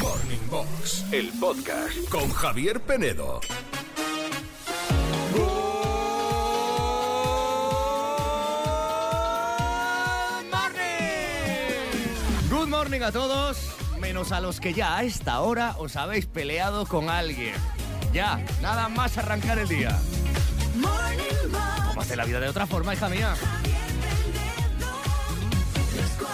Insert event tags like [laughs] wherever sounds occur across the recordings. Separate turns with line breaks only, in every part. Morning Box, el podcast con Javier Penedo.
Good morning a todos, menos a los que ya a esta hora os habéis peleado con alguien. Ya, nada más arrancar el día.
Morning Box,
Tómate la vida de otra forma, hija mía.
Javier Penedo, los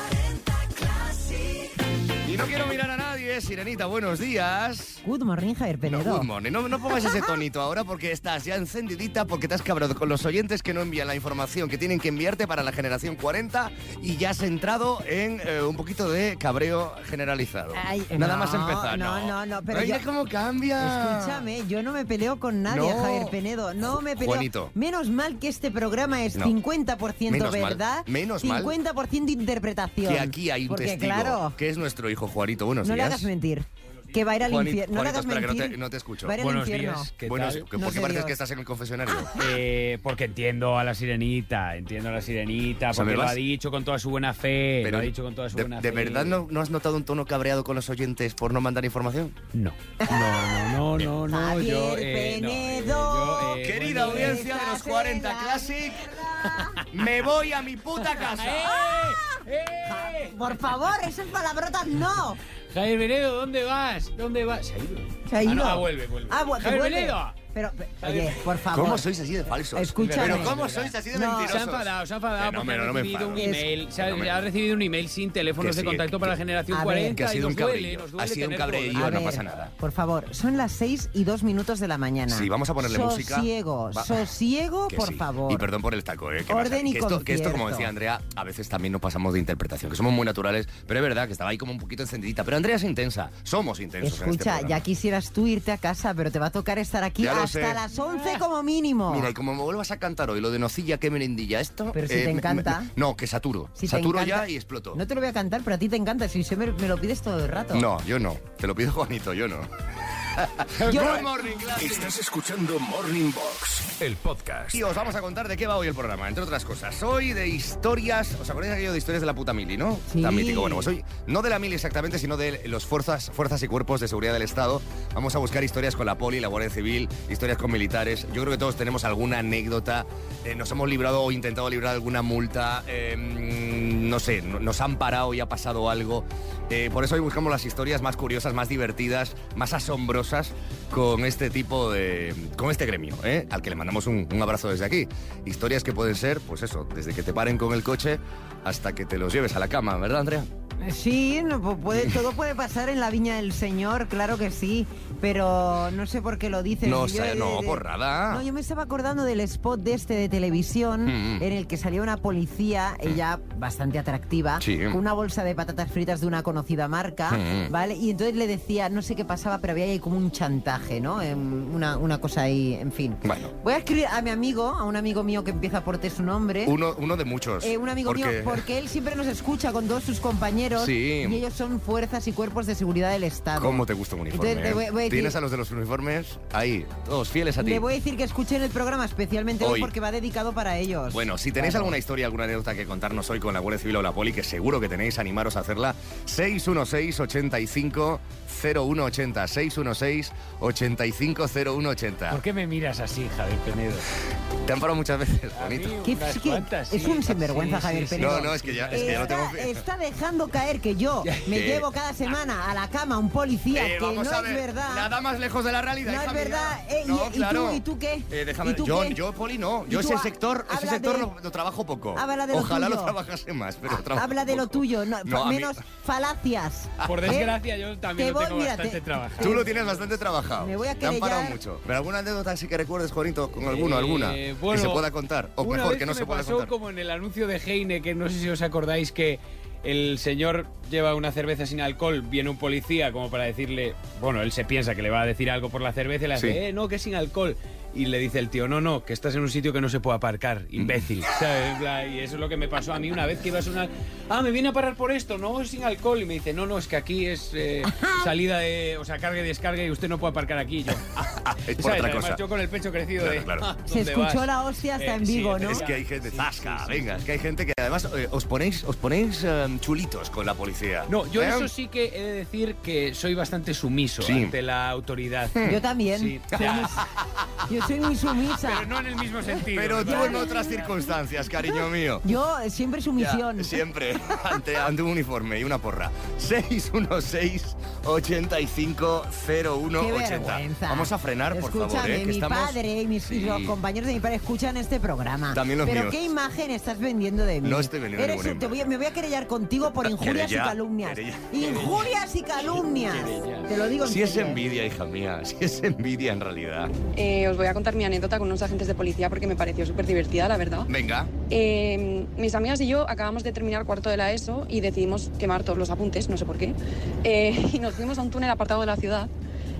40 Classic.
Y no quiero mirar a nadie, Sirenita, buenos días.
Good morning, Javier
No,
Penedo.
good morning. No, no pongas ese tonito ahora porque estás ya encendidita porque te has cabrado con los oyentes que no envían la información que tienen que enviarte para la generación 40 y ya has entrado en eh, un poquito de cabreo generalizado.
Ay,
Nada
no,
más empezar.
no, no, no, pero
Mira
yo-
cómo cambia.
Escúchame, yo no me peleo con nadie,
No.
Javier Penedo. No me peleo.
Juanito.
Menos mal que este programa es
No.
50%
Menos mal.
verdad,
Menos mal.
50% interpretación.
Que aquí hay un
Porque,
testigo
claro,
que es nuestro hijo Juanito. Buenos
no le
días.
hagas mentir. Que va a ir al
Juani-
infierno. No
Juanito,
le hagas
espera, que no
mentir.
te- no te escucho.
Va a ir al
Buenos
infierno.
días, ¿qué
Buenos-
tal?
¿Por
No
qué
sé
pareces
Dios.
que estás en el
[laughs]
confesionario?
Eh, porque entiendo a la sirenita, entiendo a la sirenita,
O sea, ¿me
porque lo
vas?
ha dicho con toda su buena fe,
Pero
lo ha dicho con toda su
de,
buena
de
fe.
verdad no, no has notado un tono cabreado con los oyentes por no mandar información?
No, no, no, no, no, no,
Javier
yo, eh, no, eh, yo,
Penedo.
eh,
Querida
bueno,
audiencia de los 40 Classic, [laughs] me voy a mi puta casa.
¡Eh! ¡Eh!
Por favor, esas palabrotas no.
Javier Venedo, ¿dónde vas? ¿Dónde vas? Se ha ido.
Se ha
Ah,
ido.
no, ah, vuelve, vuelve.
Ah, vu- que
Javier
vuelve.
Venedo.
Pero, pe- oye, por favor.
¿Cómo sois así de falsos?
Escúchame.
Pero ¿cómo sois así de
No.
Se ha
mentirosos?
enfadado, se ha enfadado
Que no,
porque
me-
ha
no me
recibido un
enfado.
email. Se ha,
Fenómeno.
ha recibido un email sin teléfonos
Que
de
sí,
contacto para
que-
la generación
A ver.
40
Que ha
y
sido
nos
un
duele,
cabreillo.
nos duele
Ha sido un
tener
cabreillo.
problemas.
no
A ver,
pasa nada.
Por favor, son las 6 y 2 minutos de la mañana.
Sí, vamos a ponerle música.
Sosiego,
Va-
sosiego,
Que
por
sí.
favor.
Y perdón por el taco, ¿eh? Que,
Orden
vas a-
y
que esto, que esto, como
concierto.
decía Andrea, a veces también nos pasamos de interpretación, que somos muy naturales, pero es verdad que estaba ahí como un poquito encendidita. Pero Andrea es intensa, somos intensos. en este
Escucha,
programa.
ya quisieras tú irte a casa, pero te va a tocar estar aquí
Ya lo
hasta
sé.
las 11 como mínimo.
Mira, y como me vuelvas a cantar hoy lo de nocilla, qué merendilla esto. eh,
Pero si te
me-
encanta.
me- no, que saturo.
Si te
saturo
encanta-
ya y exploto.
No te lo voy a cantar, pero a ti te encanta. Si se me, me lo pides todo el rato.
No, yo no. Te lo pido, Juanito, yo no. [laughs]
Yo
Good
no-
morning, class.
Estás escuchando Morning Box, el podcast.
Y os vamos a contar de qué va hoy el programa, entre otras cosas. Hoy de historias. ¿Os acordáis de aquello de historias de la puta mili, no?
Sí.
Tan mítico. Bueno, pues hoy no de la mili exactamente, sino de los fuerzas, fuerzas y cuerpos de seguridad del Estado. Vamos a buscar historias con la poli, la Guardia Civil, historias con militares. Yo creo que todos tenemos alguna anécdota. Eh, nos hemos librado o intentado librar alguna multa. eh, mm, no sé, no- nos han parado y ha pasado algo. Eh, por eso hoy buscamos las historias más curiosas, más divertidas, más asombrosas con este tipo de. con este gremio, ¿eh? al que le mandamos un, un abrazo desde aquí. Historias que pueden ser, pues eso, desde que te paren con el coche hasta que te los lleves a la cama, ¿verdad, Andrea?
Sí, no, pu- puede- todo puede pasar en la viña del señor, claro que sí, pero no sé por qué lo dices.
No
Yo,
sé,
eh,
no,
de-
borrada.
No, yo me estaba acordando del spot de este de televisión
Ah. Mm.
en el que salía una policía, ella bastante atractiva,
Sí.
con una bolsa de patatas fritas de una conocida marca,
Mm.
¿vale? Y entonces le decía, no sé qué pasaba, pero había ahí como un chantaje, ¿no? Em, Una, una cosa ahí, en fin.
Bueno,
Voy a escribir a mi amigo, a un amigo mío que empieza por T su nombre.
uno, uno de muchos.
Eh, un amigo mío, porque él siempre nos escucha con todos sus compañeros
Sí.
y ellos son fuerzas y cuerpos de seguridad del Estado.
[laughs] ¿Cómo te gusta un uniforme?
Entonces, le voy-
eh?
voy a decir-
Tienes a los de los uniformes ahí, todos fieles a ti.
Le voy a decir que escuchen el programa especialmente hoy,
Hoy.
porque va dedicado para ellos.
Bueno, si tenéis
Claro.
alguna historia, alguna anécdota que contarnos hoy con la Guardia Civil o la Poli, que seguro que tenéis, animaros a hacerla. 616 85 0180 616 85 0180
¿Por qué me miras así, Javier Penedo?
Te han parado muchas veces, bonito.
Qué- es que es un sinvergüenza, Javier Penedo.
No, no, es que ya, Ah, es que
Eh,
ya lo tengo.
Está, está dejando caer que
[laughs]
yo me
Eh.
llevo cada semana a la cama un policía
Eh,
que no es verdad.
Nada más lejos de la realidad.
No
hija
es
mía.
verdad. Eh, y-
no,
y tú-
claro.
¿y tú qué?
Eh, déjame.
¿Y tú
yo,
qué?
yo, Poli, no.
¿Y
Yo
tú
ese
ha-
sector, ese
habla
sector
de-
lo, lo trabajo poco.
Habla de lo
Ojalá lo
tuyo.
trabajase más, pero lo trabajo
Habla de lo
poco.
tuyo, no,
No, a mí-
menos falacias.
Por
¿Eh?
desgracia, yo también
Te
lo
voy-
tengo
mira,
bastante
te-
trabajado.
Tú lo tienes bastante trabajado.
Me voy a
Te han parado
querellar.
mucho. Pero alguna anécdota sí que recuerdes, Juanito, con alguno,
Eh,
alguna. que
bueno,
se pueda contar. O
una
mejor,
vez
que no se
me
pueda
pasó
contar.
como en el anuncio de Heine, que no sé si os acordáis que el señor lleva una cerveza sin alcohol, viene un policía como para decirle, bueno, él se piensa que le va a decir algo por la cerveza y le
Sí.
dice, eh, no, que es sin alcohol. Y le dice el tío, no, no, que estás en un sitio que no se puede aparcar,
Mm.
imbécil.
[laughs]
¿Sabes? En plan, Y eso es lo que me pasó a mí una vez que iba a sonar, ah, me viene a parar por esto, no, es sin alcohol. Y me
[laughs]
dice, no, no, es que aquí es eh, salida de, o sea, carga y descarga y usted no puede aparcar aquí. Y yo, "Ah,
Es por
¿Sabes?
otra
Además,
cosa.
yo con el pecho crecido
Claro,
de.
claro.
"Ah,
Se
¿dónde
escuchó
vas?". Eh,
la hostia hasta en
sí,
Vivo, ¿no?
Es que hay gente,
Sí,
zasca,
sí, sí.
venga, es que hay gente que además eh, os ponéis, os ponéis eh, chulitos con la policía.
No, yo
¿Eh?
eso sí que he de decir que soy bastante sumiso
Sí.
ante la autoridad.
Hmm. Yo también.
Sí,
Soy
ya.
muy- yo soy muy sumisa.
Pero no en el mismo sentido.
Pero
me
tú
parece.
en otras circunstancias, cariño mío.
Yo eh, siempre
Ya,
sumisión.
siempre, [laughs] ante, ante un uniforme y una porra. [laughs] 616-850180.
Qué vergüenza.
Vamos a frenar, por
Escúchame,
favor, ¿eh? que
mi
estamos...
padre y mis
Sí.
los compañeros de mi padre escuchan este programa.
También los
Pero
míos.
¿qué imagen estás vendiendo de mí?
No estoy vendiendo
Eres
ninguna
un- te voy a-
imagen. Ah,
Me voy a querellar contigo por injurias y
Querella,
calumnias.
querella.
Injurias y calumnias.
Querella.
Te lo digo en
Si es
serio, ¿eh?
envidia, hija mía, si es envidia en realidad.
Eh, os voy a contar mi anécdota con unos agentes de policía porque me pareció súper divertida, la verdad.
Venga,
Eh, mis amigas y yo acabamos de terminar cuarto de la ESO y decidimos quemar todos los apuntes, no sé por qué. Eh, y nos fuimos a un túnel apartado de la ciudad,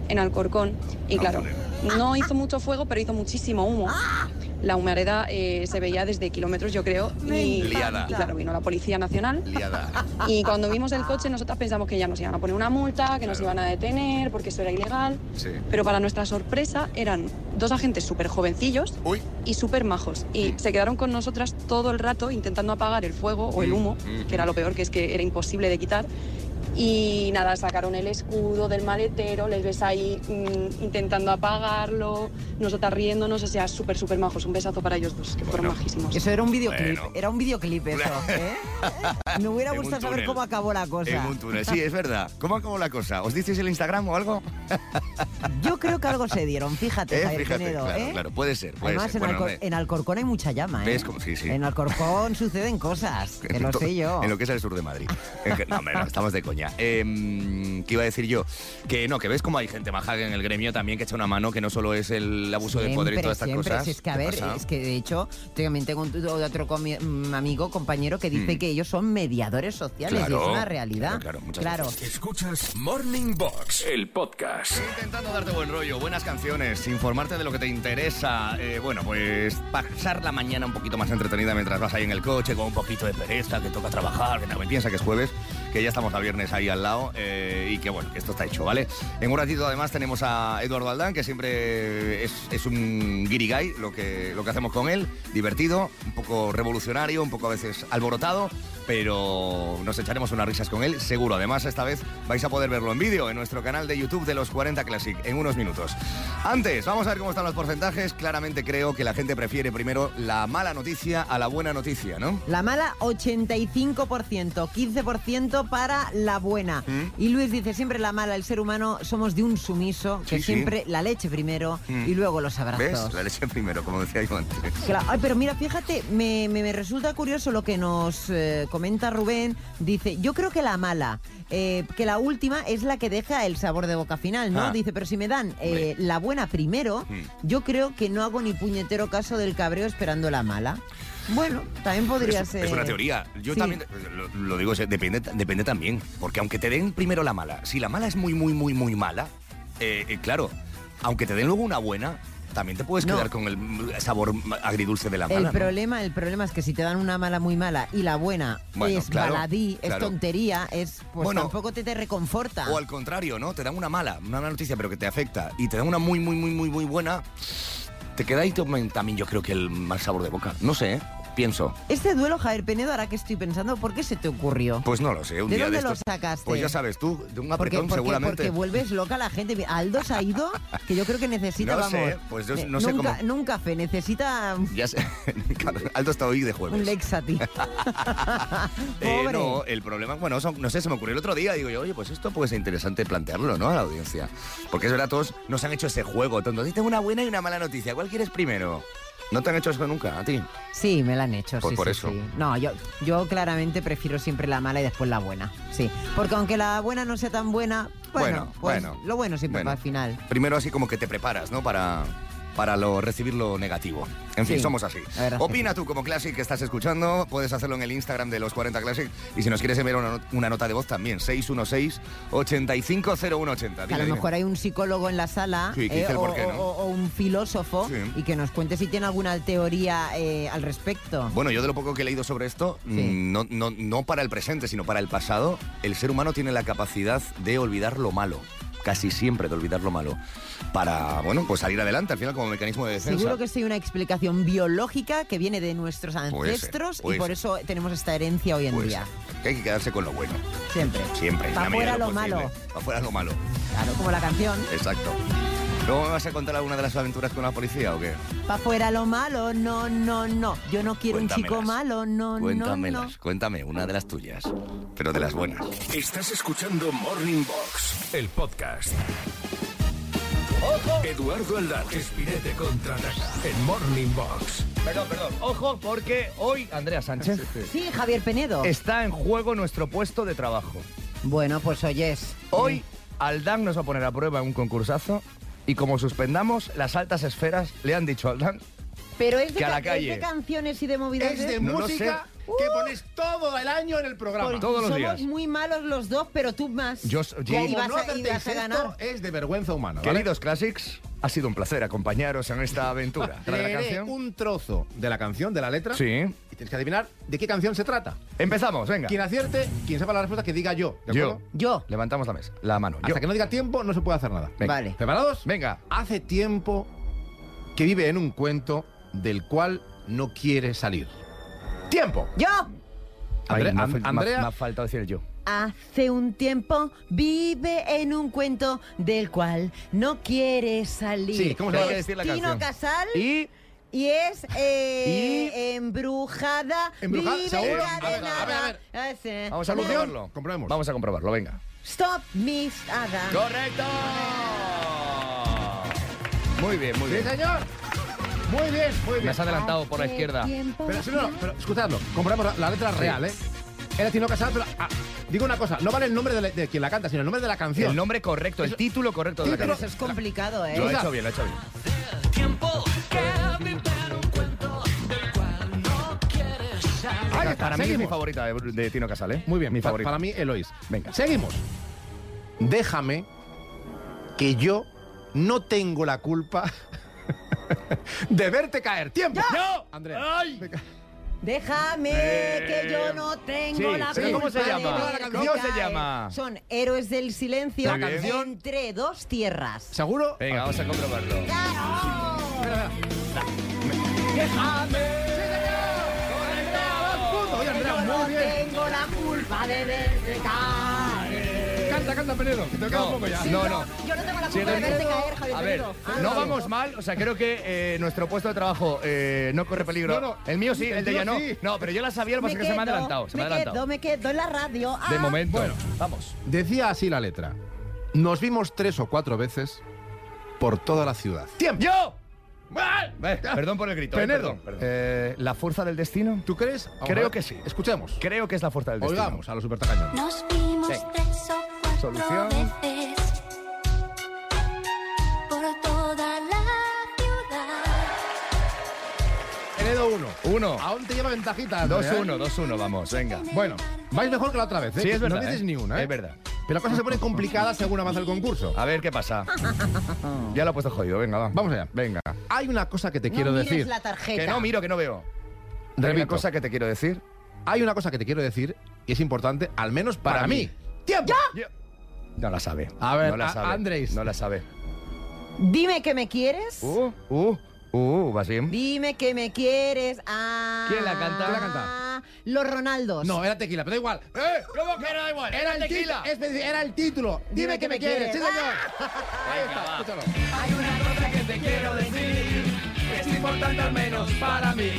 en Alcorcón. Y
Ah,
claro,
vale.
no hizo mucho fuego, pero hizo muchísimo humo. La humareda eh, se veía desde kilómetros, yo creo.
Me
y,
encanta.
y claro, vino la Policía Nacional.
[laughs]
liada.
Y cuando vimos el coche, nosotras pensamos que ya nos iban a poner una multa, que nos
Claro.
iban a detener, porque eso era ilegal.
Sí.
Pero para nuestra sorpresa eran dos agentes súper jovencillos
Uy.
y súper majos. Y se quedaron con nosotras todo el rato intentando apagar el fuego o el humo,
Mm.
que era lo peor, que es que era imposible de quitar. Y nada, sacaron el escudo del maletero, les ves ahí mm, intentando apagarlo, nosotras riéndonos, o sea, súper, súper majos. Un besazo para ellos dos, que fueron
Bueno.
majísimos.
Eso era un videoclip,
Bueno.
era un videoclip eso,
[laughs]
¿eh? Me hubiera
En un
gustado saber
túnel.
cómo acabó la cosa.
En [laughs] un túnel, sí, es verdad. ¿Cómo acabó la cosa? ¿Os disteis el Instagram o algo?
Yo creo que algo se dieron, fíjate,
Eh,
Javier
fíjate,
Penedo,
claro,
¿eh?
claro, puede ser, puede
Además,
ser.
En,
Bueno,
Alcor-
eh,
en Alcorcón hay mucha llama, ¿eh?
¿Ves cómo? Sí, sí.
En Alcorcón suceden cosas, que lo
to-
sé yo.
En lo que es el sur de Madrid. En que- No, hombre, no, estamos de coña. Eh, ¿Qué iba a decir yo? Que no, que ves cómo hay gente maja en el gremio también que echa una mano, que no solo es el abuso de poder y
Siempre,
todas estas
siempre.
cosas.
Si es que, a
¿Qué
ver,
pasa?
es que de hecho, también tengo un- otro comi- mm, amigo, compañero, que dice
Mm.
que ellos son mediadores sociales y
Claro,
es una realidad.
claro, claro, muchas veces.
Escuchas Morning Box, el podcast.
Intentando darte buen rollo, buenas canciones, informarte de lo que te interesa. eh, bueno, pues pasar la mañana un poquito más entretenida mientras vas ahí en el coche, con un poquito de pereza, que toca trabajar, que también piensa que es jueves, que ya estamos a viernes ahí al lado eh, y que bueno, que esto está hecho, ¿vale? En un ratito además tenemos a Eduardo Aldán, que siempre es, es un guirigay lo que, lo que hacemos con él, divertido, un poco revolucionario, un poco a veces alborotado, pero nos echaremos unas risas con él, seguro. Además, esta vez vais a poder verlo en vídeo en nuestro canal de YouTube de los 40 Classic en unos minutos. Antes, vamos a ver cómo están los porcentajes. Claramente creo que la gente prefiere primero la mala noticia a la buena noticia, ¿no?
La mala, 85%, 15% para la buena.
¿Mm?
Y Luis dice, siempre la mala, el ser humano, somos de un sumiso, que
Sí, sí.
siempre la leche primero
¿Mm?
y luego los abrazos.
¿Ves? La leche primero, como decía yo antes.
Claro, ay, pero mira, fíjate, me, me- me resulta curioso lo que nos eh, comenta Rubén. Dice, yo creo que la mala, eh, que la última es la que deja el sabor de boca final, ¿no?
Ah.
Dice, pero si me dan eh, la buena primero,
Mm.
yo creo que no hago ni puñetero caso del cabreo esperando la mala. Bueno, también podría
es,
ser...
es una teoría. Yo
Sí.
también lo, lo digo, se- depende, depende también. Porque aunque te den primero la mala, si la mala es muy, muy, muy, muy mala, eh, eh, claro, aunque te den luego una buena, también te puedes
No.
quedar con el mm, sabor agridulce de la mala.
el
¿no?
problema, el problema es que si te dan una mala muy mala y la buena
Bueno,
es
claro,
baladí, es
claro.
tontería, es pues
Bueno,
tampoco te, te reconforta.
O al contrario, ¿no? Te dan una mala, una mala noticia, pero que te afecta. Y te dan una muy, muy, muy, muy, muy buena. Te queda ahí también, también, yo creo que el mal sabor de boca. No sé, ¿eh? pienso.
Este duelo, Javier Penedo, ahora que estoy pensando, ¿por qué se te ocurrió?
Pues no lo sé. Un
¿De
día
dónde
de
lo
estos-
sacaste?
Pues ya sabes tú, de un
Porque,
apretón
porque-
seguramente.
porque vuelves loca a la gente. Aldo se ha ido, que yo creo que necesita,
No
vamos. eh,
sé, pues yo no sé
nunca,
cómo.
un café, necesita
Ya sé. [laughs] Claro, Alto está hoy de jueves.
un Lexati.
[laughs] Eh,
[laughs] Pobre.
no, el problema, bueno, son- no sé, se me ocurrió el otro día, digo yo, oye, pues esto puede ser interesante plantearlo, ¿no? A la audiencia. Porque es verdad, todos nos han hecho ese juego, tonto. Dice una buena y una mala noticia, ¿cuál quieres primero? No te han hecho eso nunca, a ti.
Sí, me la han hecho,
Pues
sí,
por
sí,
eso.
sí. No, yo, yo claramente prefiero siempre la mala y después la buena, sí. Porque aunque la buena no sea tan buena, bueno,
Bueno,
pues
bueno.
lo bueno siempre
Bueno.
va al final.
Primero así como que te preparas, ¿no? Para, para lo, recibir lo negativo. En fin,
Sí,
somos así.
la verdad es que
Opina tú como Classic que estás escuchando, puedes hacerlo en el Instagram de los 40 Classic y si nos quieres enviar una, not- una nota de voz también, 616-850180.
Que a
Dime,
lo
dime.
mejor hay un psicólogo en la sala eh,
Sí, que dice el
o,
porqué, ¿no?
o- o un filósofo
Sí.
y que nos cuente si tiene alguna teoría eh, al respecto.
Bueno, yo de lo poco que he leído sobre esto,
Sí.
mm, no, no, no para el presente, sino para el pasado, el ser humano tiene la capacidad de olvidar lo malo.
casi siempre de olvidar lo malo para, bueno, pues salir adelante al final como mecanismo de defensa.
Seguro que sí hay una explicación biológica que viene de nuestros ancestros
puede
y por
ser.
eso tenemos esta herencia hoy en
Pues,
día.
que hay que quedarse con lo bueno,
Siempre.
siempre. en la
Para
medida
fuera
de
lo
posible.
malo.
Pa' fuera lo malo,
Claro, como la canción.
exacto. ¿Luego me vas a contar alguna de las aventuras con la policía o qué?
Pa' fuera lo malo, no, no, no. Yo no quiero un chico
Cuéntamelas.
malo, Oh, no,
Cuéntamelas,
no, no.
cuéntame una de las tuyas, pero de las buenas.
Estás escuchando Morning Box, el podcast. Eduardo Aldán, Espinete contraataca en Morning Box.
Perdón, perdón. Ojo, porque hoy Andrea Sánchez
Sí, Javier Penedo.
está en juego nuestro puesto de trabajo.
Mm.
Bueno, pues oyes.
Hoy Aldán nos va a poner a prueba en un concursazo y como suspendamos, las altas esferas le han dicho a Aldán
Pero es de,
que a la
ca- es
calle.
de canciones y de movidas.
Es de
¿eh?
No lo
música que pones todo el año en el programa.
Uh. Porque
todos los
somos
días.
muy malos los dos, pero tú más.
Yo- yo-
y
Como
vas,
no
a, y
acertéis
vas a ganar.
esto es de vergüenza humana. ¿vale?
Queridos Classics, ha sido un placer acompañaros en esta aventura. ¿Trae la
Leeré
canción?
un trozo de la canción, de la letra,
Sí.
y tienes que adivinar de qué canción se trata.
Empezamos, venga.
Quien acierte, quien sepa la respuesta, que diga yo. ¿De
Yo.
acuerdo?
Yo.
Levantamos la mesa. La mano. Yo.
Hasta que no diga tiempo, no se puede hacer nada.
Venga.
Vale.
¿Preparados?
Venga.
Hace tiempo que vive en un cuento del cual no quiere salir. ¡Tiempo!
Yo.
Ay,
Andre-
me ha
An-
fal- me ha-
Andrea-
me ha faltado decir el yo.
Hace un tiempo vive en un cuento del cual no quiere salir.
Sí, ¿cómo
se llama?
Es
Decir la
Tino
canción.
Casal.
Y
Y es eh, embrujada.
Embrujada,
vive
seguro.
la de
A ver, a ver, a ver.
nada. Ah, Ese-
vamos a
na-
comprobarlo.
Comprobemos.
Vamos a comprobarlo, venga.
Stop Miss Ada.
¡Correcto! Muy bien, muy
¡Sí,
bien.
señor! Muy bien, muy bien.
Me has adelantado por la
Hace
izquierda.
tiempo
Pero, sí, no, no, pero escuchadlo, compramos la, la letra real, ¿eh? Era Tino Casal, pero ah, digo una cosa, no vale el nombre de, la- de quien la canta, sino el nombre de la canción.
El nombre correcto, el título correcto de la
Título-
Eso
canción.
es complicado, ¿eh?
Lo he hecho bien, lo he hecho bien.
Ahí está,
Para mí es
seguimos.
mi favorita de, de Tino Casal, ¿eh?
Muy bien,
mi
pa-
favorita.
Para mí, Eloís.
Venga.
Seguimos. Déjame que yo no tengo la culpa [laughs] de verte caer. ¡Tiempo! ¡Yo! Andrea. Venga.
Déjame que yo no tengo
Eh, sí,
la
pero
culpa.
¿cómo se
de
llama?
ver
¿Cómo
que
se
caes.
llama?
Son héroes del silencio.
Muy
La
bien.
canción entre dos tierras.
¿Seguro?
Venga, vamos a comprobarlo.
¡Punto! Oye, Andrea, muy bien.
tengo la culpa de verte caer.
Canta, canta, Penedo. que Te queda un poco ya.
No, no.
Yo no tengo la
Si
culpa de verte
Renedo-
caer, Javier
a ver,
Penedo. Ah,
no vamos mal, o sea, creo que eh, nuestro puesto de trabajo eh, no corre peligro.
No, no,
el mío sí,
el
el, de
tuyo
ella no.
sí.
No, pero yo la sabía, lo que
Me
pasa es que se me ha
quedo,
adelantado. Se me ha
me quedo,
adelantado.
me quedo en la radio.
De
Ah.
momento.
Bueno.
vamos.
Decía así la letra. Nos vimos tres o cuatro veces por toda la ciudad. ¡Tiempo!
¡Yo!
¡Mal!
Eh, perdón por el grito. eh,
Penedo.
perdón, perdón. Eh, ¿La fuerza del destino?
¿Tú crees? Vamos
Creo
a ver.
que sí.
Escuchemos.
Creo que es la fuerza del destino.
Oigamos a los supertacañones.
Nos vimos
Venga.
tres o cuatro
Solución.
veces por toda la ciudad.
Heredo 1.
Uno.
Aún te lleva ventajita. Andrea, ¿eh?
2-1, 2-1, vamos, venga.
Bueno, vais mejor que la otra vez, ¿eh?
Sí, es verdad.
No dices
¿eh?
ni una, ¿eh?
Es verdad. Ah.
Pero la cosa se pone complicada según avanza el concurso.
A ver qué pasa. ya lo he puesto jodido, venga, va.
Vamos allá.
Venga.
Hay una cosa que te
No
quiero
mires
decir.
la tarjeta.
Que no miro, que no veo. Hay una
Repito.
cosa que te quiero decir.
Hay una cosa que te quiero decir y es importante, al menos para,
Para
mí.
mí.
¡Tiempo!
No la sabe.
A ver,
no la
a-
sabe.
Andrés.
No la sabe.
Dime que me quieres.
Uh, uh, uh, Basim.
Dime que me quieres. Ah.
¿Quién la canta?
¿Quién la canta?
Los Ronaldos.
No, era tequila, pero da igual. ¡Eh! ¿Cómo que era igual? Era, el tequila. era el título. Dime, que, me quieres. Sí, señor. [laughs] Ahí está, escúchalo.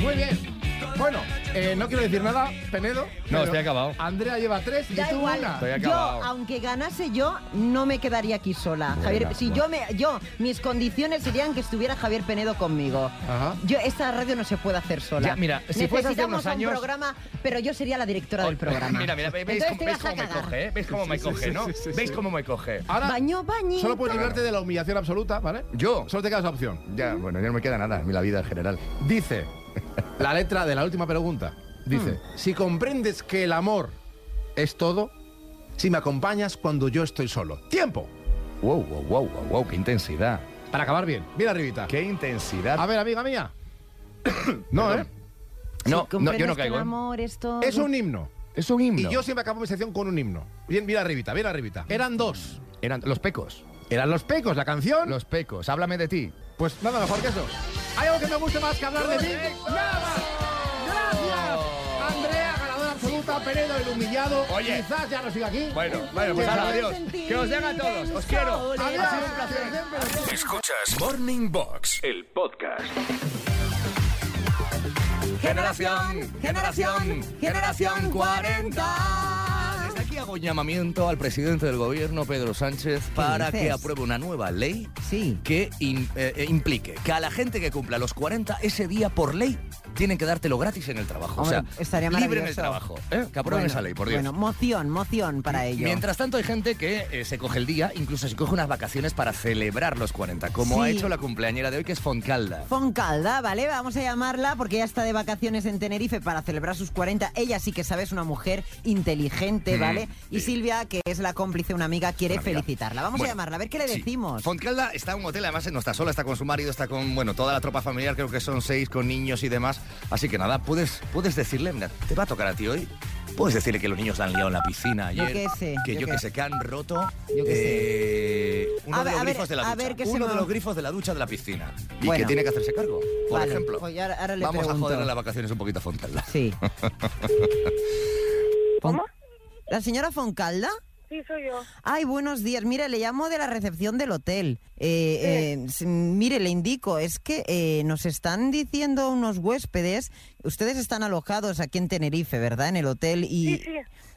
Muy bien. Bueno, eh, no quiero decir nada, Penedo. pero
estoy acabado.
Andrea lleva tres y
Da
tú
igual.
una.
Estoy
Yo,
acabado.
aunque ganase yo, no me quedaría aquí sola. Javier, si yo me, yo, mis condiciones serían que estuviera Javier Penedo conmigo.
Ajá.
Yo esta radio no se puede hacer sola.
Ya, mira, si fuese hace
necesitamos
unos
a
años-
un programa, pero yo sería la directora del programa.
Mira, mira, veis,
Entonces
cómo,
te
veis
vas a
cómo me
cagar.
coge, ¿eh? Veis cómo me coge, ¿no? Veis cómo me coge.
Ahora
Baño, bañito.
solo puedes librarte de la humillación absoluta, ¿vale?
Yo.
Solo te queda esa opción.
Ya, bueno, ya no me queda nada en la vida en general.
Dice la letra de la última pregunta. Dice,
Mm.
si comprendes que el amor es todo, si me acompañas cuando yo estoy solo. Tiempo.
Wow, wow, wow, wow, wow, qué intensidad.
Para acabar bien. Mira arribita.
Qué intensidad.
A ver, amiga
[coughs]
mía. no, ¿eh?
Si
no, no,
comprendes
yo no
que
caigo.
el
¿eh?
amor es todo-
Es un himno.
Es un himno.
Y yo siempre acabo mi sección con un himno. Bien, mira arribita, bien arribita. Eran dos.
Eran los pecos.
Eran los pecos, la canción.
Los pecos, háblame de ti.
Pues nada mejor que eso. ¿Hay algo que me guste más que hablar de mí? ¡Nada más! ¡Gracias! Andrea, ganadora absoluta, Peredo, el humillado.
Oye.
Quizás ya no siga aquí.
Bueno, bueno, pues ahora adiós. Que os llega a todos. Os quiero.
Adiós. Ha sido un placer.
Escuchas Morning Box, el podcast.
Generación, generación, generación 40. Desde aquí hago un llamamiento al presidente del gobierno, Pedro Sánchez, para
dices?
que apruebe una nueva ley
Sí.
que im- eh, eh, implique que a la gente que cumpla los 40 ese día por ley tienen que dártelo gratis en el trabajo.
Hombre,
o sea,
estaría
libre en el
maravilloso.
trabajo. ¿eh? Que aprueben
Bueno,
esa ley, por Dios.
Bueno, moción, moción para ello.
Mientras tanto, hay gente que eh, se coge el día, incluso se coge unas vacaciones para celebrar los 40, como
Sí.
ha hecho la cumpleañera de hoy, que es Foncalda.
Foncalda, ¿vale? Vamos a llamarla porque ella está de vacaciones en Tenerife para celebrar sus 40. Ella sí que sabe, es una mujer inteligente, ¿vale? Y Silvia, que es la cómplice, una amiga, quiere
Mm, Una amiga.
felicitarla. Vamos
Bueno,
a llamarla, a ver qué le
sí.
decimos.
Fontcalda está en un hotel, además no está sola, está con su marido, está con, bueno, toda la tropa familiar, creo que son seis, con niños y demás. Así que nada, puedes, puedes decirle, mira, te va a tocar a ti hoy. Puedes decirle que los niños la han liado en la piscina
Yo
ayer.
qué sé,
Que
yo
yo,
qué
que sé, que han roto
Yo
eh, uno
A
de
ver,
los
a ver,
grifos de la
a
ducha.
ver qué se
uno
me-
de los grifos de la ducha de la piscina. Y
Bueno.
que tiene que hacerse cargo. Por
Vale,
ejemplo,
oye, ahora- ahora le
vamos
pregunto.
a joder las vacaciones un poquito a Fontcalda.
Sí.
[laughs]
¿Cómo? ¿La señora Foncalda?
Sí, soy yo.
Ay, buenos días. Mire, le llamo de la recepción del hotel. Eh, eh, s- mire, le indico, es que eh, nos están diciendo unos huéspedes, ustedes están alojados aquí en Tenerife, ¿verdad? En el hotel y...
Sí, sí.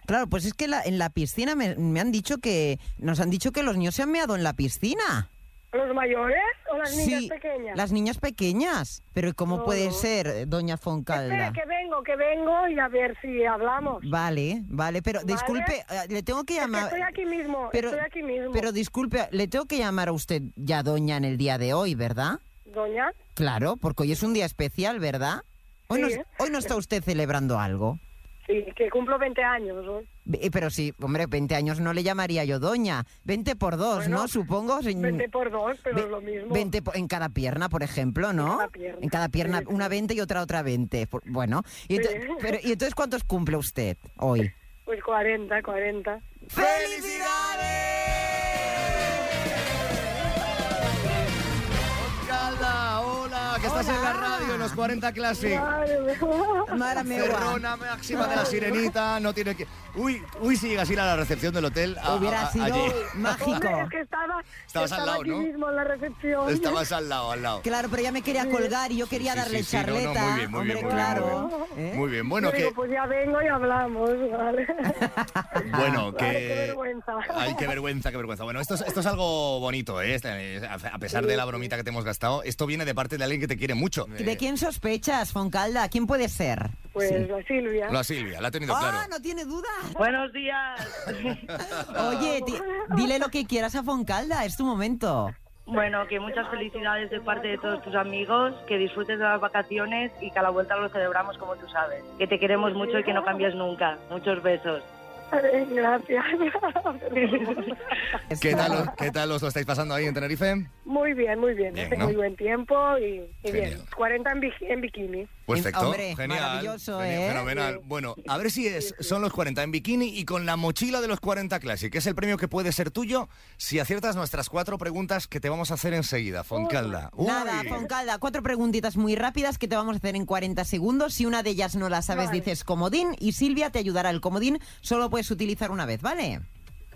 Claro, pues es que la- en la piscina me, me han dicho que... Nos han dicho que los niños se han meado en la piscina.
¿Los mayores o las niñas
Sí,
pequeñas?
Las niñas pequeñas. Pero ¿cómo
No,
puede
no.
ser, eh, doña Foncalda?
Espera, que vengo, que vengo y a ver si hablamos.
Vale, vale, pero
Vale.
disculpe, eh, le tengo que
Es que
llamar...
estoy aquí mismo, estoy aquí mismo.
Pero disculpe, le tengo que llamar a usted ya doña en el día de hoy, ¿verdad?
Doña,
Claro, porque hoy es un día especial, ¿verdad? Hoy,
Sí,
no,
¿eh?
hoy no está usted celebrando algo.
sí, que cumplo 20 años. ¿no?
Eh, Pero sí, hombre, 20 años no le llamaría yo doña. 20 por dos,
Bueno,
¿no? Supongo. señ-
20 por dos, pero
Mm. Ve-
es lo mismo.
20 po- en cada pierna, por ejemplo, ¿no?
cada pierna.
En cada pierna,
Sí, sí.
una 20 y otra otra 20. por- Bueno, y, ento-
Sí.
pero, ¿y entonces cuántos cumple usted hoy?
Pues 40, 40.
Fontcalda, hola, que estás en la radio en los 40 Classic.
Madre
[laughs]
mía.
Mara meva.
Cerrona máxima de la sirenita, no tiene que... Uy, uy, si llegas a ir a la recepción del hotel... a- a-
Hubiera
a-
sido
allí.
mágico.
Hombre, es que estaba,
Estabas al
estaba
lado,
aquí
¿no?
mismo en la recepción.
Estabas al lado, al lado.
Claro, pero ya me quería colgar y yo quería
Sí, sí,
darle
sí, no, no, muy
charleta.
bien, muy
Hombre,
bien, muy bien, muy
claro.
bien.
¿eh?
Muy bien, bueno,
Yo digo,
que...
pues ya vengo y hablamos, ¿vale? [laughs]
Bueno, que...
Ay, qué vergüenza.
Ay, qué vergüenza, qué vergüenza. Bueno, esto es, esto es algo bonito, ¿eh? Este, A pesar de la bromita que te hemos gastado, esto viene de parte de alguien que te quiere mucho.
¿De quién sospechas, Foncalda? ¿Quién puede ser?
Pues
Sí.
la Silvia.
La Silvia, la ha tenido
¡Ah,
claro.
no tiene duda!
Buenos días.
Oye, ti- dile lo que quieras a Foncalda, es tu momento.
Bueno, que muchas felicidades de parte de todos tus amigos, que disfrutes de las vacaciones y que a la vuelta lo celebramos como tú sabes. Que te queremos mucho y que no cambies nunca. Muchos besos. Gracias.
¿Qué tal, os- ¿Qué tal os lo estáis pasando ahí en Tenerife?
Muy bien, muy bien.
Bien,
Hace
¿no?
muy buen tiempo y, y bien.
Genial.
40 en, bi- en bikini.
Pues Perfecto.
Hombre,
genial.
maravilloso,
genial,
¿eh?
Fenomenal. Bueno, a ver si es, son los 40 en bikini y con la mochila de los 40 Classic, que es el premio que puede ser tuyo si aciertas nuestras cuatro preguntas que te vamos a hacer enseguida, Foncalda. Uy.
Nada, Foncalda, cuatro preguntitas muy rápidas que te vamos a hacer en 40 segundos. Si una de ellas no la sabes,
Vale.
dices comodín y Silvia te ayudará el comodín. Solo puedes utilizar una vez, ¿vale?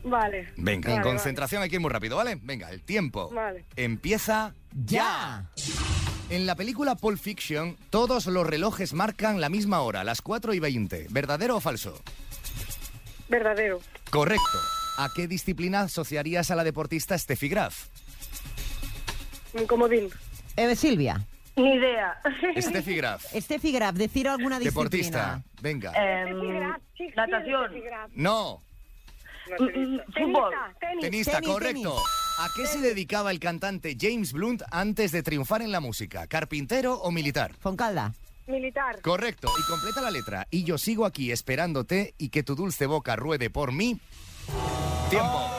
Vale.
Venga,
Vale,
concentración aquí muy rápido, ¿vale? Venga, el tiempo.
Vale.
Empieza ya. En la película Pulp Fiction, todos los relojes marcan la misma hora, las 4 y 20. ¿Verdadero o falso?
vale. Verdadero.
Correcto. ¿A qué disciplina asociarías a la deportista Steffi Graf?
Un comodín.
Eh, Silvia,
Ni [laughs] idea.
Steffi Graf.
Steffi Graf, decir alguna disciplina.
Deportista. Venga.
Eh,
Em, natación. Mm,
No.
Fútbol.
Tenista,
tenis,
correcto. ¿A qué se dedicaba el cantante James Blunt antes de triunfar en la música? ¿Carpintero o militar?
Foncalda,
Militar.
Correcto. Y completa la letra. Y yo sigo aquí esperándote y que tu dulce boca ruede por mí. Tiempo.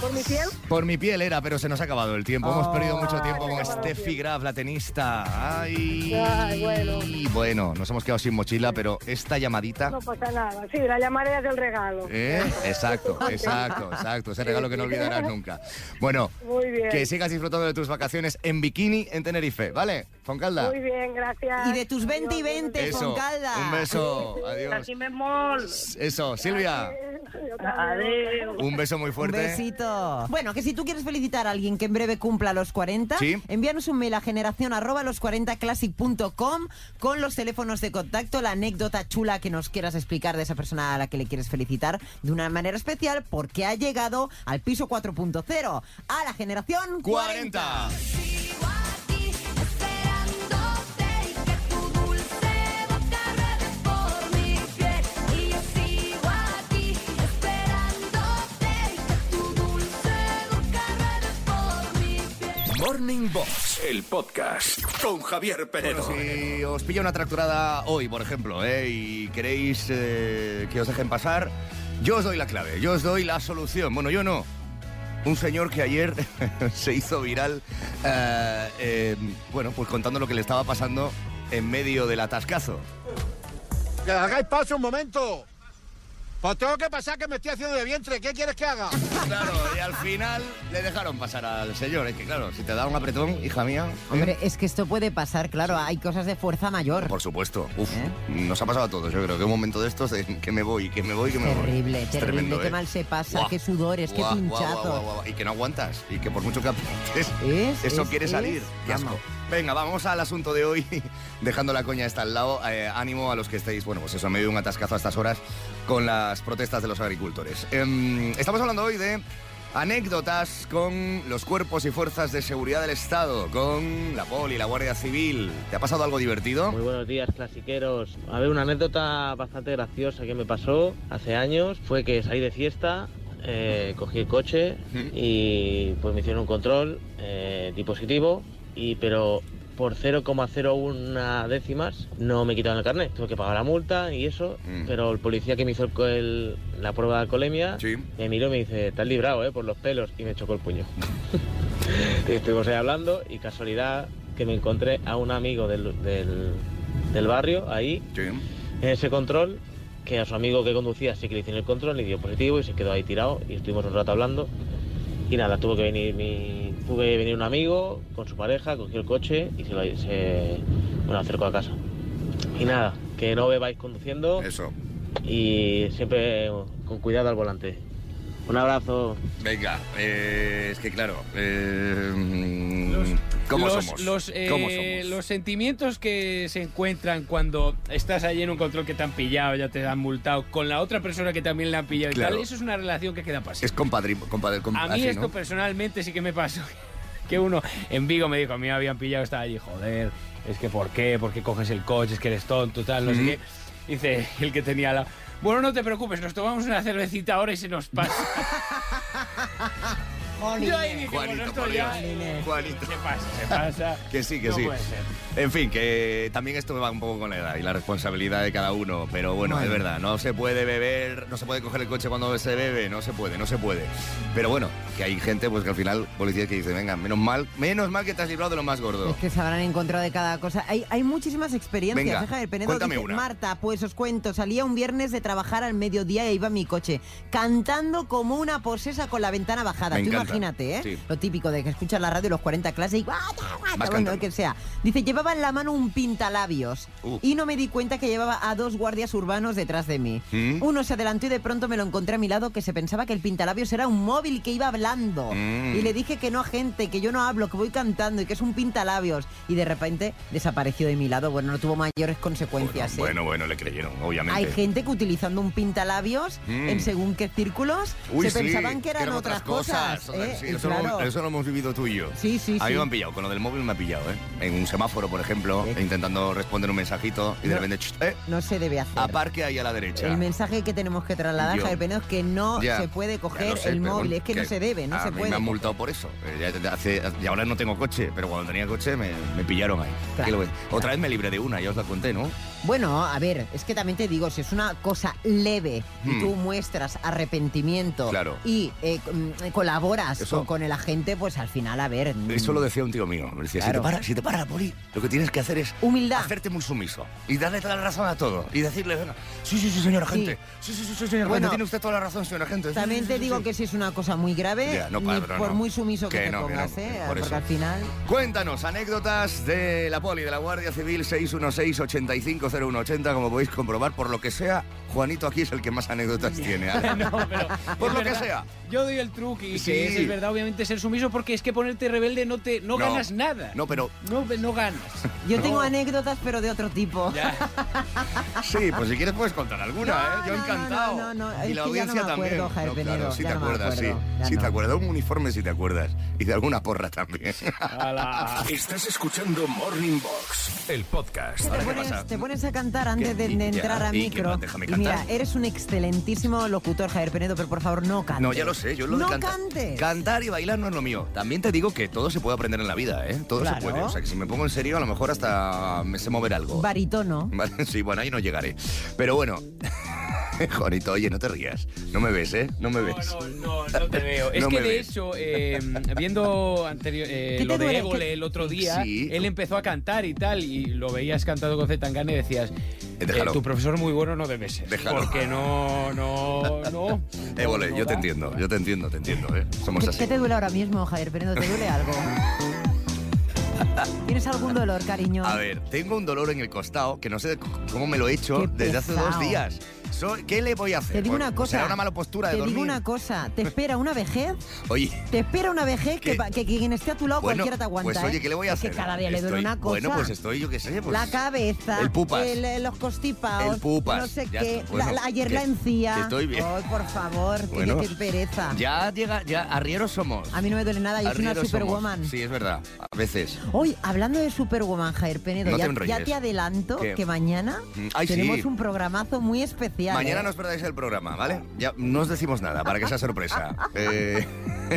¿Por mi piel?
Por mi piel era, pero se nos ha acabado el tiempo. Hemos
Oh.
perdido mucho tiempo
Ay,
con este
se acabó el
Steffi Graf, la tenista. Ay.
Ay, bueno.
Y bueno, nos hemos quedado sin mochila, pero esta llamadita.
No pasa nada. Sí, la llamaré desde el regalo.
¿eh? Exacto, exacto, exacto. Ese regalo que no olvidarás nunca. Bueno,
Muy bien.
que sigas disfrutando de tus vacaciones en bikini en Tenerife, ¿vale? Foncalda.
Muy bien, gracias.
Y de tus 20 y 20,
Eso,
Foncalda.
un beso, adiós. Eso, Silvia,
Adiós.
un beso muy fuerte.
Un besito. Bueno, que si tú quieres felicitar a alguien que en breve cumpla los 40,
Sí.
envíanos un mail a generación arroba los40classic.com con los teléfonos de contacto, la anécdota chula que nos quieras explicar de esa persona a la que le quieres felicitar de una manera especial porque ha llegado al piso 4.0, a la generación 40.
40.
Morning Box, el podcast con Javier Penedo.
Si os pilla una tracturada hoy, por ejemplo, ¿eh? y queréis eh, que os dejen pasar, yo os doy la clave, yo os doy la solución. Bueno, yo no. Un señor que ayer [laughs] se hizo viral, eh, eh, bueno, pues contando lo que le estaba pasando en medio del atascazo.
Que hagáis paso un momento. Pues tengo que pasar que me estoy haciendo de vientre. ¿Qué quieres que haga?
Claro, y al final le dejaron pasar al señor. Es que claro, si te da un apretón, hija mía.
Hombre, es que esto puede pasar, claro, hay cosas de fuerza mayor.
Por supuesto, uf,
¿Eh?
nos ha pasado a todos, yo creo que un momento de estos, de que me voy, que me voy, que me voy.
Terrible,
Es
terrible,
tremendo,
qué
¿eh?
mal se pasa,
Buah,
qué sudores, qué
Guau, guau,
pinchazos.
guau, guau, guau. Y que no aguantas. Y que por mucho que
[laughs]
aprietes, eso
es,
quiere
es.
salir. Qué asco.
Vamos.
Venga, vamos al asunto de hoy. [laughs] Dejando la coña hasta al lado, eh, ánimo a los que estéis, bueno, pues eso, en medio de un atascazo a estas horas con las protestas de los agricultores. Em, estamos hablando hoy de anécdotas con los cuerpos y fuerzas de seguridad del Estado, con la poli, la Guardia Civil. ¿Te ha pasado algo divertido?
Muy buenos días, clasiqueros. A ver, una anécdota bastante graciosa que me pasó hace años fue que salí de fiesta, eh, cogí el coche y pues me hicieron un control eh, di positivo, y, pero por 0,01 décimas no me quitaron el carnet. Tuve que pagar la multa y eso, pero el policía que me hizo el co- el- la prueba de alcoholemia me miró y me dice, estás librado, ¿eh? Por los pelos, y me chocó el puño. Y estuvimos ahí hablando y casualidad que me encontré a un amigo del, del- del barrio ahí, en ese control, que a su amigo que conducía sí que le hicieron el control, le dio positivo y se quedó ahí tirado y estuvimos un rato hablando. Y nada, tuvo que venir mi, tuvo que venir un amigo con su pareja, cogió el coche y se lo se- bueno, acercó a casa. Y nada, que no bebáis conduciendo.
Eso.
Y siempre con cuidado al volante. Un abrazo.
Venga, eh, es que claro, eh, mm, ¿cómo
los,
somos?
Los, eh,
¿Cómo somos?
los sentimientos que se encuentran cuando estás allí en un control que te han pillado, ya te han multado, con la otra persona que también le han pillado y
Claro.
tal, eso es una relación que queda pasada.
Es compadre, compadre,
A mí esto personalmente sí que me pasó. [laughs] Que uno en Vigo me dijo, a mí me habían pillado, estaba allí, joder, es que ¿por qué? ¿Por qué coges el coche? Es que eres tonto, tal, no sé
Mm.
qué. Dice el que tenía la... Bueno, no te preocupes, nos tomamos una cervecita ahora y se nos pasa. Yo ahí dije, bueno,
Juanito,
esto
por
ya-
Dios. Juanito.
Se pasa, se pasa.
[laughs] Que sí, que
No
sí.
puede ser.
En fin, que también esto va un poco con la edad y la responsabilidad de cada uno. Pero bueno,
Bueno.
es verdad, no se puede beber, no se puede coger el coche cuando se bebe, no se puede, no se puede. Pero bueno, que hay gente pues que al final, policías que dicen, venga, menos mal, menos mal que te has librado de lo más gordo.
Es que se habrán encontrado de cada cosa. Hay, hay muchísimas experiencias.
Venga,
¿eh, Javier Penedo?
cuéntame
Dice,
una.
Marta, pues os cuento. Salía un viernes de trabajar al mediodía y iba en mi coche cantando como una posesa con la ventana bajada.
Me
Tú
encanta.
imagínate, ¿eh?
Sí.
Lo típico de que escuchas la radio los 40 clases y... "Guata, guata",
Vas
bueno,
cantando.
lo que sea. Dice, llevaba en la mano un pintalabios
Uh.
y no me di cuenta que llevaba a dos guardias urbanos detrás de
[laughs]
mí.
¿Mm?
Uno se adelantó y de pronto me lo encontré a mi lado que se pensaba que el pintalabios era un móvil que iba hablando.
Mm.
Y le dije que no, gente, que yo no hablo, que voy cantando y que es un pintalabios. Y de repente desapareció de mi lado. Bueno, no tuvo mayores consecuencias. ¿eh?
Bueno, bueno, le creyeron, obviamente.
Hay gente que utilizando un pintalabios
Mm.
en según qué círculos
Uy,
se
sí,
pensaban que eran, otras, cosas. ¿eh?
Sí,
Y
eso, lo,
claro,
eso lo hemos vivido tú y yo.
Sí, sí,
A mí
sí.
me han pillado, con lo del móvil me ha pillado, ¿eh? En un semáforo, por ejemplo, intentando responder un mensajito y de repente, "Chut, eh,
no se debe hacer.
aparque ahí a la derecha.
El mensaje que tenemos que trasladar,
Yo.
Javier Penedo, es que no
Ya,
se puede
Ya
coger
lo sé,
el
pero
móvil.
bueno,
Es que, no se debe, no
a
se
mí
puede.
Me han multado por eso. Eh, ya- ya hace- y ahora no tengo coche, pero cuando tenía coche me, me pillaron ahí. ¿Qué lo ves? Otra vez me libré de una, ya os la conté, ¿no?
Bueno, a ver, es que también te digo, si es una cosa leve y
Hmm.
tú muestras arrepentimiento
Claro.
y eh, mm, colaboras
Eso-
con, con el agente, pues al final, a ver... mm,
Eso lo decía un tío mío. Me decía,
Claro. Ah.
si te paras, si te paras, la poli, lo que tienes que hacer es
Humildad.
hacerte muy sumiso y darle toda la razón a todo. Y decirle, venga, sí, sí, sí, señora
Sí.
gente. Sí, sí, sí, sí, señora
Bueno,
gente. Tiene usted toda la razón, señora gente. Sí,
También
sí,
te
sí,
digo
sí".
que si es una cosa muy grave,
Ya, no,
ni
padrón,
por
no.
muy sumiso que,
Que
te
no, que
pongas,
no,
¿eh?
por
porque
eso.
al final...
Cuéntanos anécdotas de la poli, de la Guardia Civil 616-850180. Como podéis comprobar, por lo que sea, Juanito aquí es el que más anécdotas tiene.
[laughs]
Ale. por lo que sea.
Yo doy el truque y
Sí.
que es, es verdad, obviamente, ser sumiso porque es que ponerte rebelde no te no,
No.
ganas nada.
No, pero
No, no ganas.
Yo tengo anécdotas, pero de otro tipo.
[laughs] sí, pues si quieres puedes contar alguna, ¿eh? Yo encantado.
No, no, no,
y la
es que ya no me
audiencia también.
acuerdo, Javier
No,
Penedo,
claro, sí
ya
te
no me
acuerdas, sí.
acuerdo, ya
Sí
no.
te acuerdas. Un uniforme si te acuerdas. Y de alguna porra también.
Estás escuchando Morning Box, el podcast.
Te pones, te pones a cantar antes de,
¿Qué?
de
Y ya,
entrar a
¿y qué
micro.
más? Déjame
Y mira,
cantar.
eres un excelentísimo locutor, Javier Penedo, pero por favor no cantes.
No, ya lo sé, yo lo
No
de cantar.
cantes.
Cantar y bailar no es lo mío. También te digo que todo se puede aprender en la vida, ¿eh? Todo
Claro.
se puede. O sea, que si me pongo en serio, a lo mejor hasta me sé mover algo.
Baritono.
Vale, [laughs] Sí, bueno, ahí no llegaré. Pero bueno, [laughs] Juanito, oye, no te rías. No me ves, ¿eh? No me ves.
No, no
[laughs]
te veo. Es
No
que
me
de
ves.
hecho, eh, viendo anterior, eh,
¿Qué te
lo de
duele?
Évole
¿Qué-
el otro día,
Sí.
él empezó a cantar y tal, y lo veías cantando con Zetangana y decías, eh,
déjalo.
tu profesor muy bueno no debe ser.
Déjalo.
Porque no, no,
[laughs]
no.
Évole, yo te entiendo, yo te entiendo, te entiendo, ¿eh? Somos
¿Qué,
así.
qué te duele ahora mismo, Javier Penedo? ¿Te
[laughs]
duele algo? ¿Tienes algún dolor, cariño?
A ver, tengo un dolor en el costado que no sé c- cómo me lo he hecho
Qué
desde hace
pesado.
dos días. Soy- ¿Qué le voy a hacer?
Te digo
Bueno, pues
una cosa.
Será una mala postura de
Te digo
dormir. [laughs]
una cosa. Te espera una vejez.
Oye,
Te espera una vejez que,
¿Qué?
pa- que quien esté a tu lado
bueno,
cualquiera te aguanta.
pues oye,
¿eh?
¿qué le voy a
Es
hacer?
que cada día le duele
Estoy-
una cosa.
Bueno, pues estoy, yo qué sé, pues...
la cabeza,
el pupas.
el- eh, los costipados,
El pupas,
no sé
ya
qué,
está, bueno,
la- la- ayer
que-
la encía.
que estoy bien.
Ay, por favor, qué-
Bueno.
qué, qué pereza.
Ya llega, ya arrieros somos.
A mí no me duele nada, yo soy una
Arrieros somos.
superwoman.
Sí, es verdad, a veces.
Hoy, hablando de Superwoman, Jair Penedo,
No te
ya,
enrolles.
ya te adelanto
¿Qué?
que mañana
Mm, ay, sí.
tenemos un programazo muy especial.
Mañana
¿eh?
no os perdáis el programa, ¿vale? Ya no os decimos nada para que sea
[laughs]
sorpresa. Eh,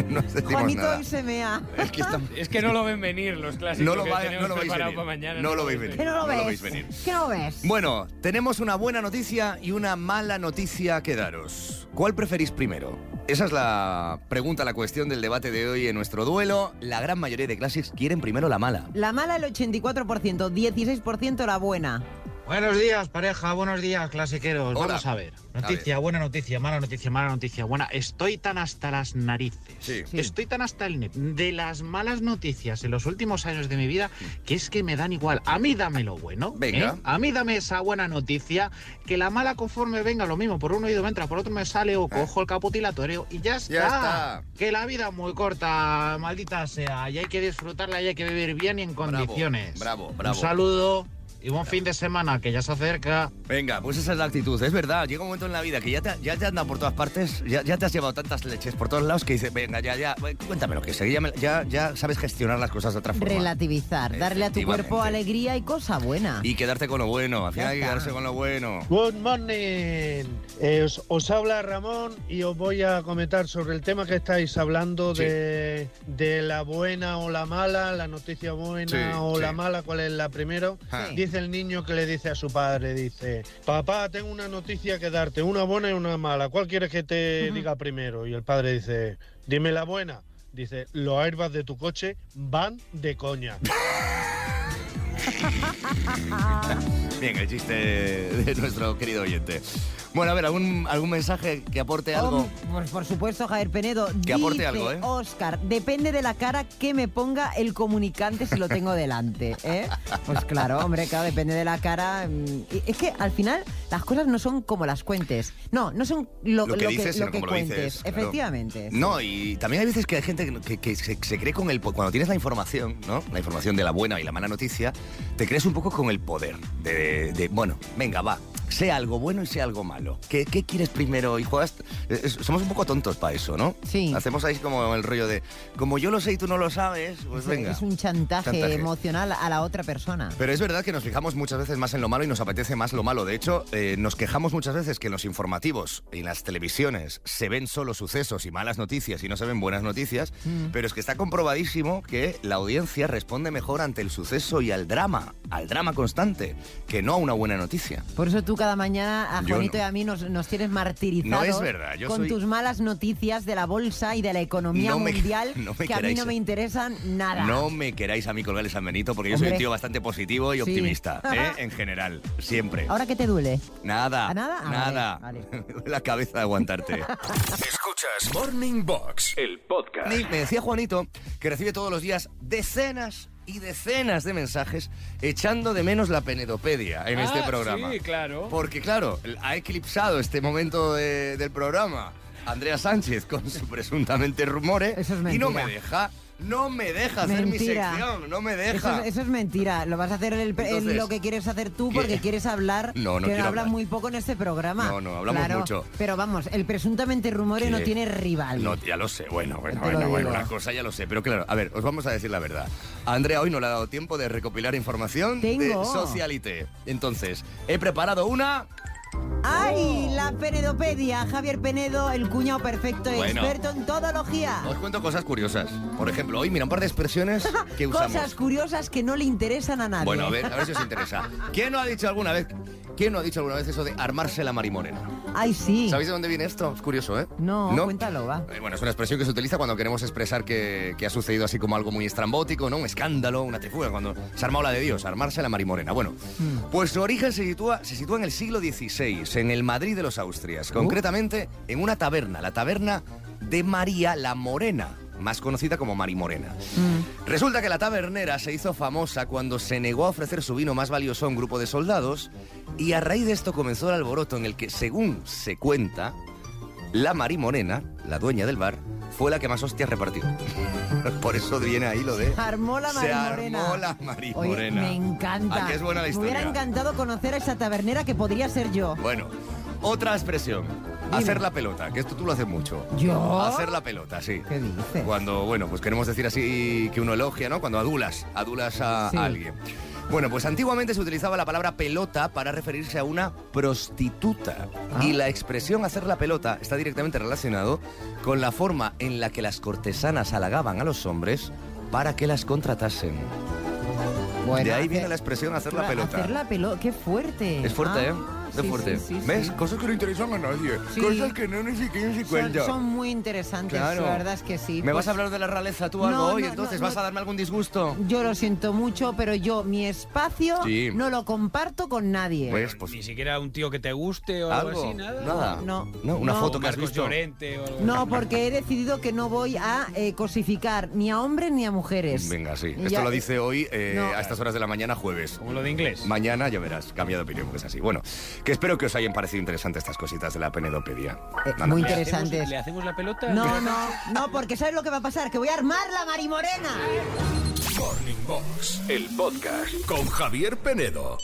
[laughs] no os decimos
Juanito
nada.
hoy se mea.
Es que está-
Es que no lo ven venir los clásicos
No lo
que
va-
tenemos
no lo vais
preparado
venir.
para mañana.
No lo
vais
veis venir.
¿Qué no lo
No
ves?
lo veis venir.
¿Qué no ves?
Bueno, tenemos una buena noticia y una mala noticia que daros. ¿Cuál preferís primero? Esa es la pregunta, la cuestión del debate de hoy en nuestro duelo. La gran mayoría de clases quieren primero la mala.
La mala el 84%, 16% la buena.
Buenos días, pareja, buenos días, clasiqueros.
Hola.
Vamos a ver. Noticia, buena noticia, mala noticia, mala noticia, buena. Estoy tan hasta las narices. Estoy tan hasta el net de las malas noticias en los últimos años de mi vida que es que me dan igual. A mí dame lo bueno.
Venga.
¿eh? A mí dame esa buena noticia, que la mala conforme venga lo mismo. Por un oído me entra, por otro me sale o cojo el capote y la toreo y ya está.
Ah. está.
Que la vida es muy corta, maldita sea. Y hay que disfrutarla y hay que vivir bien y en condiciones.
bravo, bravo.
Un saludo y buen fin de semana, que ya se acerca.
Venga, pues esa es la actitud, es verdad. Llega un momento en la vida que ya te, ya te andan por todas partes, ya, ya te has llevado tantas leches por todos lados que dices, venga, ya, ya, cuéntame lo que sé, ya, me- ya, ya sabes gestionar las cosas de otra forma.
Relativizar, darle a tu cuerpo alegría y cosa buena.
y quedarte con lo bueno, al
Ya
final hay que
está.
quedarse con lo bueno.
Good morning. Eh, os, os habla Ramón y os voy a comentar sobre el tema que estáis hablando
Sí.
de, de la buena o la mala, la noticia buena
Sí,
o
sí.
la mala, cuál es la primero.
Ah. Sí.
Dice el niño que le dice a su padre, dice, papá, tengo una noticia que darte, una buena y una mala. ¿Cuál quieres que te diga primero? Y el padre dice, dime la buena. Dice, los airbags de tu coche van de coña.
Venga, el chiste de nuestro querido oyente. Bueno, a ver, algún, algún mensaje que aporte algo.
Hom- Pues por supuesto, Javier Penedo.
Que aporte
dice
algo, ¿eh?
Oscar, depende de la cara que me ponga el comunicante si lo tengo delante, ¿eh? Pues claro, hombre, claro, depende de la cara. mm, y Es que al final las cosas no son como las cuentes. No, no son lo,
Lo que dices, sino
lo que
como lo
cuentes.
dices, claro.
Efectivamente.
No, y también hay veces que hay gente que, que- que se, se cree con el... po- Cuando tienes la información, ¿no? La información de la buena y la mala noticia, te crees un poco con el poder. De, de- bueno, venga, va, Sé algo bueno y sé algo malo. ¿Qué, qué quieres primero? Y juegas... eh, es- somos un poco tontos para eso, ¿no? Sí. Hacemos ahí como el rollo de, como yo lo sé y tú no lo sabes, pues
Es-
venga.
Es un chantaje,
Chantaje.
emocional a la otra persona.
Pero es verdad que nos fijamos muchas veces más en lo malo y nos apetece más lo malo. De hecho, eh, nos quejamos muchas veces que en los informativos y en las televisiones se ven solo sucesos y malas noticias y no se ven buenas noticias,
Mm.
pero es que está comprobadísimo que la audiencia responde mejor ante el suceso y al drama, al drama constante, que no a una buena noticia.
Por eso tú cada mañana a
Yo
Juanito y a mí nos, nos tienes martirizados
No es verdad, yo
con
soy-
tus malas noticias de la bolsa y de la economía
No me-
mundial
[laughs] no me
que a mí
queráis-
no me interesan nada.
No me queráis a mí colgar el San Benito porque yo soy
Hombre.
un tío bastante positivo y
Sí.
optimista,
[laughs]
¿eh? en general, siempre.
¿Ahora qué te duele?
Nada,
¿A nada? Ah,
nada.
vale,
[laughs] la cabeza de aguantarte.
Escuchas Morning Box, el podcast.
Y me decía Juanito que recibe todos los días decenas y decenas de mensajes echando de menos la penedopedia en este
Ah,
programa.
Sí, claro.
Porque claro, ha eclipsado este momento de- del programa Andrea Sánchez con su presuntamente rumores y no me
mentira.
deja, no me deja hacer
Mentira.
mi sección, no me
Eso,
deja.
es- eso es mentira. Lo vas a hacer el- el-
Entonces,
lo que quieres hacer tú porque quieres hablar.
No, no
que
quiero
habla
hablar.
muy poco en este programa.
No, no, hablamos
Claro,
mucho.
Pero vamos, el presuntamente rumore no
Que-
tiene rival.
No, ya lo sé, bueno, bueno,
Te lo
bueno, bueno,
digo.
una cosa ya lo sé, pero claro, a ver, os vamos a decir la verdad. A Andrea hoy no le ha dado tiempo de recopilar información de
Tengo.
Socialite. Entonces, he preparado una... Oh.
¡Ay! La Penedopedia. Javier Penedo, el cuñado perfecto,
Bueno.
experto en todología.
Os cuento cosas curiosas. Por ejemplo, hoy mira un par de
[laughs]
expresiones que usamos.
Cosas curiosas que no le interesan a nadie.
Bueno, a ver, a ver si os interesa. ¿Quién no ha dicho alguna vez, quién no ha dicho alguna vez eso de armarse la marimorena?
Ay, sí.
¿Sabéis de dónde viene esto? Es curioso, ¿eh?
No,
¿No?
cuéntalo, va.
Eh, Bueno, es una expresión que se utiliza cuando queremos expresar que, que ha sucedido así como algo muy estrambótico, ¿no? Un escándalo, una trifuga, cuando se armó la de Dios, armarse la marimorena. Bueno, pues su origen se sitúa, se sitúa en el siglo XVI, en el Madrid de los Austrias, concretamente en una taberna, la taberna de María la Morena, más conocida como Marimorena. Resulta que la tabernera se hizo famosa cuando se negó a ofrecer su vino más valioso a un grupo de soldados y a raíz de esto comenzó el alboroto en el que, según se cuenta, la Mari Morena, la dueña del bar, fue la que más hostias repartió. Por eso viene ahí lo de...
Armó la
Se
Marimorena.
armó la Mari
Oye,
Morena.
me encanta.
¿A que es buena la
Me hubiera
historia?
encantado conocer a esa tabernera que podría ser yo.
Bueno, otra expresión. Hacer la pelota, que esto tú lo haces mucho.
¿Yo?
Hacer la pelota, sí. ¿Qué dices? Cuando, bueno, pues queremos decir así que uno elogia, ¿no? Cuando adulas, adulas a,
Sí.
a alguien. Bueno, pues antiguamente se utilizaba la palabra pelota para referirse a una prostituta.
Ah.
Y la expresión hacer la pelota está directamente relacionado con la forma en la que las cortesanas halagaban a los hombres para que las contratasen. De ahí viene la expresión hacer la pelota.
Hacer la pelota, qué fuerte.
Es fuerte, ¿eh?
Ah,
Es
sí,
fuerte.
sí, sí,
¿Ves?
sí.
Cosas que no interesan a nadie.
Sí.
Cosas que no ni siquiera se
Son,
cuentan.
son muy interesantes,
Claro.
la verdad es que sí.
¿Me
Pues-
vas a hablar de la realeza tú
No,
algo hoy?
no,
entonces,
no,
¿vas
no.
a darme algún disgusto?
Yo lo siento mucho, pero yo mi espacio
Sí.
no lo comparto con nadie.
Ni siquiera un tío que te guste o algo,
pues ¿Algo?
así, nada.
Nada.
No.
No, una
No.
foto que has
Marcos
visto.
Llorente o algo.
No, porque he decidido que no voy a eh, cosificar ni a hombres ni a mujeres.
Venga, sí.
Y
Esto
ya-
lo dice hoy eh,
No.
a estas horas de la mañana, jueves. Como
lo de inglés.
Pues Mañana ya verás, cambia de opinión, porque es así. Bueno, que espero que os hayan parecido interesantes estas cositas de la penedopedia. Nada.
eh, muy
¿Le hacemos-
interesantes.
¿Le hacemos la pelota?
No, no, no, porque ¿sabes lo que va a pasar? Que voy a armar la marimorena.
Morning Box, el podcast con Javier Penedo.